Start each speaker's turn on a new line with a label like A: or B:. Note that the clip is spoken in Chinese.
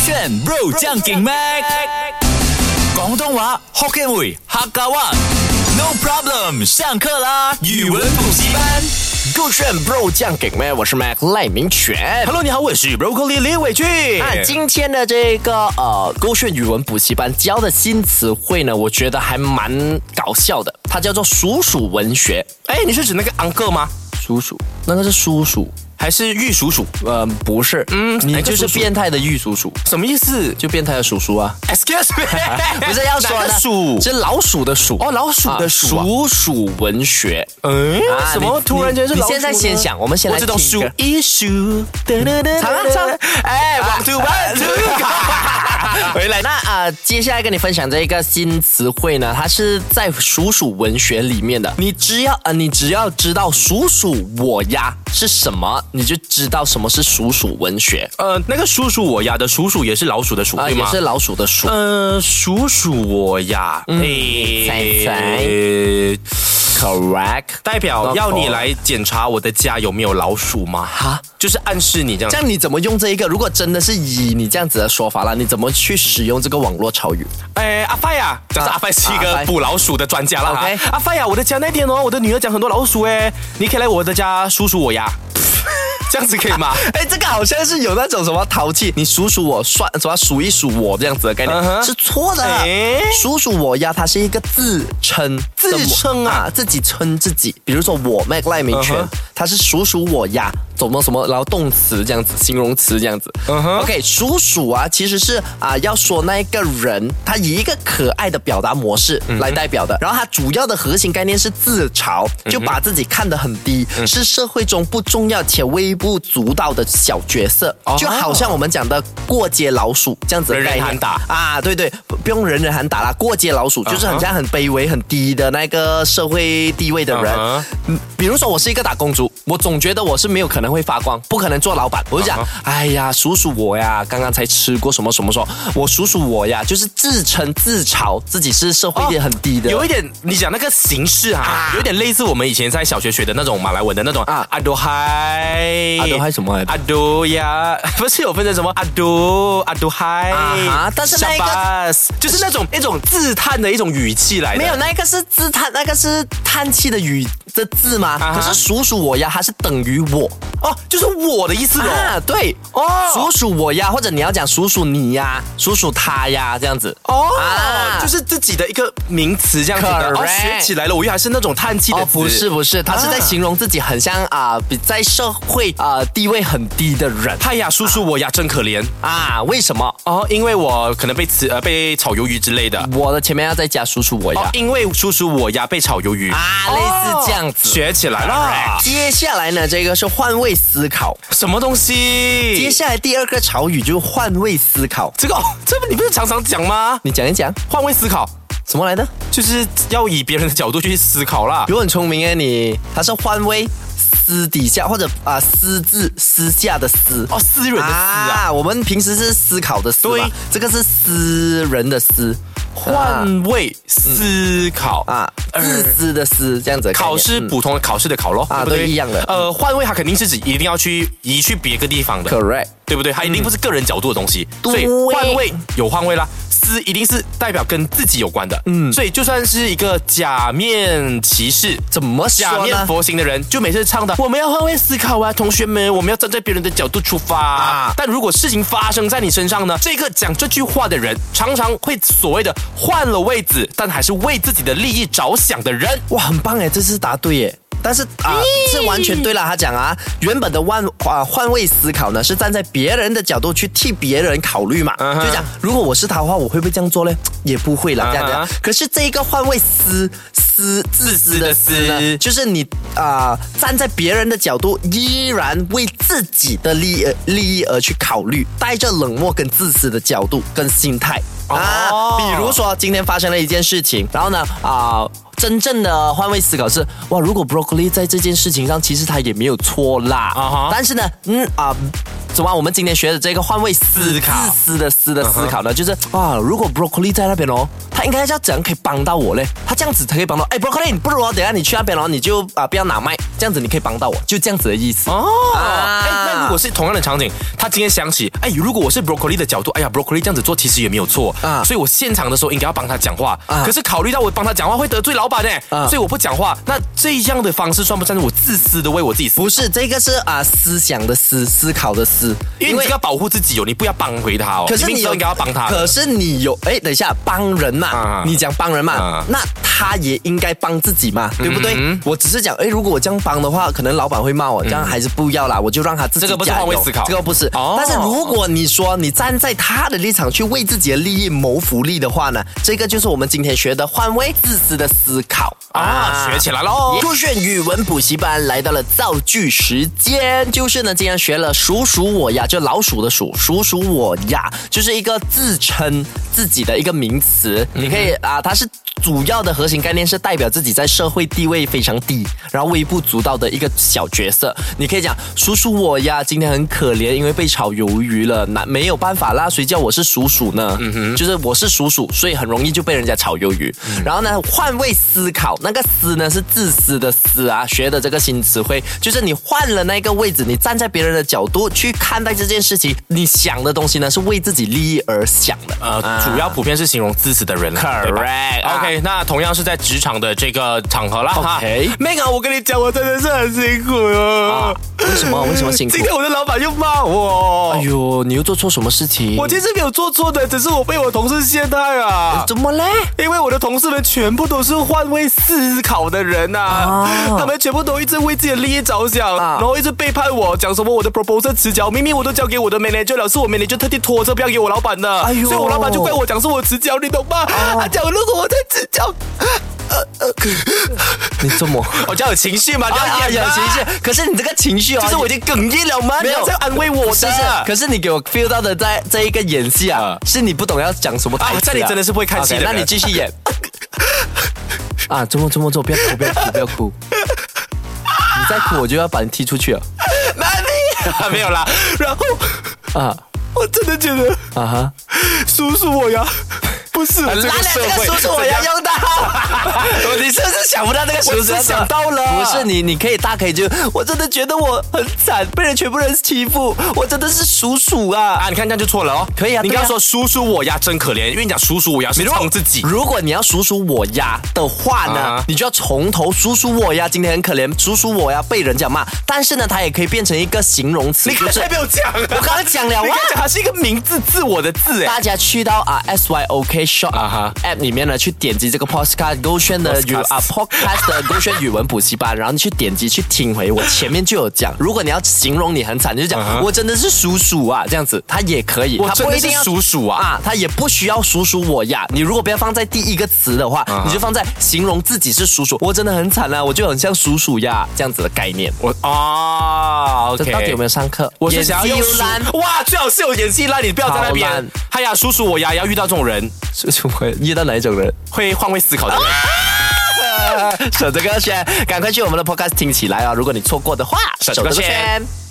A: 选 Bro 将劲 Mac，广东话 Hokkien 语客家话。No problem，上课啦！语文补习班。
B: 勾选 Bro 酱给妹，我是 Mac 赖明全。
A: Hello，你好，我是 Broccoli 李伟俊。
B: 那啊今天的这个呃勾选语文补习班教的新词汇呢，我觉得还蛮搞笑的，它叫做鼠鼠文学。哎，你是指那个 uncle 吗？鼠鼠，那个是叔叔，
A: 还是玉鼠鼠？
B: 呃，不是，嗯，
A: 哪
B: 你
A: 个
B: 就
A: 叔
B: 是
A: 叔
B: 变态的玉叔叔，
A: 什么意思
B: 就变态的叔叔啊，
A: ？Excuse me，
B: 不是要说
A: 哪
B: 的
A: 个鼠？
B: 是老鼠的鼠
A: 哦，老鼠的鼠啊。
B: 鼠鼠文学。
A: 嗯，
B: 啊
A: 什么
B: 你
A: 突然间是
B: 你
A: 老鼠
B: 现在
A: 呢
B: 先想我们先来
A: 我只懂
B: 听一
A: 数
B: 个
A: 一数，
B: 唱啊唱
A: 哎，one two one two，回来
B: 那啊、呃接下来跟你分享这一个新词汇呢，它是在鼠鼠文学里面的。你只要呃，你只要知道鼠鼠我呀是什么，你就知道什么是鼠鼠文学
A: 呃，那个叔叔我呀的叔叔也是老鼠的鼠，
B: 啊、
A: 对
B: 也
A: 吗？
B: 是老鼠 的鼠，
A: 呃，鼠鼠我呀，
B: 嗯猜猜
A: 诶，
B: correct。
A: 代表要你来检查我的家有没有老鼠吗？
B: 哈，
A: 就是暗示你这样
B: 这。样你怎么用这一个？如果真的是以你这样子的说法啦，你怎么去使用这个网络 潮语？
A: 哎，阿发呀，假设
B: 啊
A: 阿发是一
B: 啊阿
A: 个
B: 发
A: 捕老鼠的专家了哈
B: OK。
A: 阿发呀，我的家那天哦，我的女儿讲很多老鼠哎，你可以来我的家数数我呀， 这样子可以 吗？
B: 哎，这个好像是有那种什么淘气，你数数我算，什么数一数我这样子的概念、
A: 嗯哼
B: 是错的。
A: 哎
B: 数数我呀，它是一个自称，
A: 自称啊
B: 怎么自己称自己。比如说我 Mac 赖明权
A: 嗯哼，
B: 他、是数数我呀，怎么什么，然后动词这样子，形容词这样子。
A: 嗯哼
B: OK，数数啊，其实是啊、要说那一个人，他以一个可爱的表达模式
A: 嗯
B: 来代表的。然后它主要的核心概念是自嘲，就把自己看得很低，
A: 嗯
B: 是社会中不重要且微不足道的小角色，
A: 哦
B: 就好像我们讲的过街老鼠这样子的
A: 人人
B: 概念
A: 喊打
B: 啊，对对，不不用人人喊打啦，过街老鼠就是
A: 啊哈
B: 很像很卑微、很低的那个社会地位的人
A: 啊哈。
B: 嗯比如说我是一个打工族，我总觉得我是没有可能会发光，不可能做老板，我就讲
A: 啊，
B: 哎呀，数数我呀，刚刚才吃过什么什么什么，我数数我呀，就是自称自嘲自己是社会地位很低的。
A: 哦有一点，你讲那个形式啊，有一点类似我们以前在小学学的那种马来文的那种
B: 啊
A: 阿多嗨，
B: 阿多嗨什么来着
A: 阿多呀， 不是有分成什么阿多阿多嗨
B: 啊哈但是那一个
A: Shabazz，就是那种一种自叹的一种语气来的，
B: 没有，那个是自叹，那个是叹气的语的字吗？
A: 啊哈
B: 可是数数我呀，它是等于我
A: 哦，就是我的意思
B: 啊
A: 哦，，
B: 对
A: 哦
B: 数数我呀，或者你要讲数数你呀，数数他呀，这样子。
A: 哦
B: 啊，
A: 就是自己的一个名词这样子的，
B: Correct
A: 哦，学起来了，我以为还是那种叹气的
B: 哦，
A: 词
B: 不是。不是，他是在形容自己很像啊，比在社会啊、地位很低的人
A: 嗨呀，叔叔我呀，真可怜
B: 啊。为什么？
A: 哦，因为我可能被辞呃被炒鱿鱼之类的。
B: 我的前面要再加叔叔我呀
A: 哦，、因为叔叔我呀被炒鱿鱼哦
B: 啊，类似这样子。
A: 学起来了
B: Alright，。接下来呢，这个是换位思考。
A: 什么东西？
B: 接下来第二个潮语就是换位思考，
A: 这个这不你不是常常讲吗？
B: 你讲一讲
A: 换位思考
B: 什么来的？
A: 就是要以别人的角度去思考啦
B: 比。如很聪明哎，你他是换位私底下或者啊、私自私下的私
A: 哦，私人的私啊，
B: 我们平时是思考的思嘛，
A: 对
B: 这个是私人的私，啊
A: 换位思考
B: 啊，自私的私这样子的概念。
A: 考试
B: 嗯
A: 普通的考试的考咯，
B: 啊
A: 对不对？
B: 都一样的
A: 呃，换位它肯定是指一定要去移去别个地方的，
B: correct
A: 对不对？它一定不是个人角度的东西，
B: 嗯对
A: 所以换位有换位啦。私一定是代表跟自己有关的，嗯，所以就算是一个假面骑士，
B: 怎么
A: 假
B: 说
A: 面
B: 呢？
A: 佛型的人，就每次唱的我们要换位思考啊，同学们，我们要站在别人的角度出发。
B: 啊
A: 但如果事情发生在你身上呢，这个讲这句话的人，常常会所谓的换了位置，但还是为自己的利益着想的人。
B: 哇，很棒哎，这次答对耶！但是啊，是完全对了。他讲啊，原本的换啊换位思考呢，是站在别人的角度去替别人考虑嘛。
A: 嗯哼
B: 就讲，如果我是他的话，我会不会这样做嘞？也不会啦，这样
A: 嗯
B: 这样
A: 哼。
B: 可是这一个换位思思自私的思
A: 私
B: 呢，就是你啊、站在别人的角度，依然为自己的利益而利益而去考虑，带着冷漠跟自私的角度跟心态啊。
A: 哦
B: 比如说今天发生了一件事情，然后呢啊。真正的换位思考是哇，如果 broccoli 在这件事情上，其实他也没有错啦。
A: 啊哈
B: 但是呢，嗯啊、怎么我们今天学的这个换位思
A: 思考
B: 自私的思的思考呢？就是哇，如果 broccoli 在那边哦，他应该要怎样可以帮到我嘞？他这样子才可以帮到。哎，broccoli，你不如哦，等一下你去那边哦，你就啊不要拿麦，这样子你可以帮到我，就这样子的意思。
A: 哦，
B: 啊
A: 哎，那如果是同样的场景，他今天想起，哎，如果我是 broccoli 的角度，哎呀，broccoli 这样子做其实也没有错，
B: 啊
A: 所以我现场的时候应该要帮他讲话，
B: 啊
A: 可是考虑到我帮他讲话会得罪老板呢，
B: 啊
A: 所以我不讲话，那这样的方式算不算是我自私的为我自己思？
B: 不是，这个是啊、思想的思，思考的思，
A: 因为你这个要保护自己哦，你不要帮回他哦，
B: 可是
A: 明
B: 你
A: 明知道
B: 有
A: 应该要帮他的，
B: 可是你有哎，等一下帮人嘛，
A: 啊
B: 你讲帮人嘛，
A: 啊
B: 那他也应该帮自己嘛，对不对？
A: 嗯
B: 我只是讲哎，如果我这样帮的话，可能老板会骂我，这样还是不要啦，我就让他自己
A: 这个不是
B: 加油
A: 换位思考
B: 这个不是。
A: 哦
B: 但是如果你说你站在他的立场去为自己的利益谋福利的话呢，这个就是我们今天学的换位自私的思考
A: 啊，学起来喽。
B: 酷炫语文补习班来到了造句时间，就是呢，今天学了“鼠鼠我呀”，就老鼠的鼠，“鼠鼠我呀”就是一个自称自己的一个名词，你可以啊，它是主要的核心概念是代表自己在社会地位非常低，然后微不足道的一个小角色。你可以讲“鼠鼠我呀”，今天很可怜，因为被炒鱿鱼了，那没有办法啦，谁叫我是鼠鼠呢？嗯哼，就是我是鼠鼠，所以很容易就被人家炒鱿鱼。然后呢，换位思考，那个思呢是自私的思啊，学的这个新词汇，就是你换了那个位置，你站在别人的角度去看待这件事情，你想的东西呢是为自己利益而想的。
A: 呃，主要普遍是形容自私的人啦
B: Correct
A: 对吧 OK，那同样是在职场的这个场合啦。哈
B: OK
A: 妹啊，我跟你讲，我真的是很辛苦
B: 啊
A: 哦。
B: 为什么？为什么辛苦
A: 今？天我的老板就骂我，
B: 哎呦，你又做错什么事情？
A: 我其实没有做错的，只是我被我同事陷害啊。
B: 怎么嘞？
A: 因为我的同事们全部都是换位思考的人呐、
B: 啊
A: 他们全部都一直为自己的利益着想，
B: 啊
A: 然后一直背叛我，讲什么我的 proposal 迟交，明明我都交给我的 manager 了，是我 manager 特地拖着不要给我老板的，
B: 哎呦啊
A: 所以我老板就怪我讲是我迟交，你懂吗？他讲如果我再迟交，
B: 你这么？
A: 我这样有情绪嘛，这样
B: 啊，
A: 演
B: 有
A: 嘛
B: 情绪，可是你这个情绪啊，
A: 就是我已经哽咽了吗？
B: 没有
A: 你要这样安慰我的，
B: 是是，可是你给我 feel 到的在这一个演戏啊
A: 啊，
B: 是你不懂要讲什么台词、啊
A: 啊这里真的是不会看戏的
B: OK，
A: 人
B: 那你继续演。 啊，这么这么做，不要哭，不要哭，不要哭。你再哭，我就要把你踢出去啊了。
A: 妈咪 没有啦，然后
B: 啊
A: 我真的觉得
B: 啊哈！
A: 叔叔我呀，不是我这个社会，
B: 叔叔我要 用到。你是不是想不到这个叔叔？
A: 我是想到了
B: 不是你，你可以大可以就，我真的觉得我很惨，被人全部人欺负，我真的是鼠鼠啊。
A: 啊，你看这样就错了哦。
B: 可以啊
A: 你
B: 对啊
A: 刚刚说叔叔我呀真可怜，因为你讲叔叔我呀是冲自己。
B: 如果你要数数我呀的话呢，
A: 啊
B: 你就要从头数数我呀，今天很可怜，数数我呀被人家骂。但是呢，它也可以变成一个形容词，
A: 你
B: 就
A: 刚
B: 是
A: 才没有讲啊，
B: 我刚刚讲了
A: 你
B: 啊
A: 刚。才讲它是一个名字，自我的字 哎。
B: 大家去到啊 S Y O K Shop
A: 啊哈
B: App 里面呢，去点击这个 Podcast 勾选的语
A: Podcast
B: 啊 Podcast 的勾选语文补习班，然后你去点击去听回。我前面就有讲，如果你要形容你很惨，你就讲、我真的是鼠鼠啊这样子，它也可以，
A: 啊我
B: 它
A: 真
B: 不
A: 的
B: 一
A: 是
B: 定要
A: 叔叔啊，
B: 啊，他也不需要数数我呀。你如果不要放在第一个词的话，
A: 啊
B: 你就放在形容自己是鼠鼠，我真的很惨啊，我就很像鼠鼠呀这样子的概念。
A: 我啊
B: 这
A: ，OK。
B: 到底有没有？上课？
A: 我是想要用
B: 演技又烂
A: 叔哇，最好是有演技烂，你不要在那
B: 好
A: 边
B: 烂。
A: 哎呀，叔叔我呀，要遇到这种人
B: 是是会遇到哪一种人？
A: 会换位思考的人。
B: 守这个圈，赶快去我们的 podcast 听起来啊！如果你错过的话，
A: 守这个圈
B: 守这个圈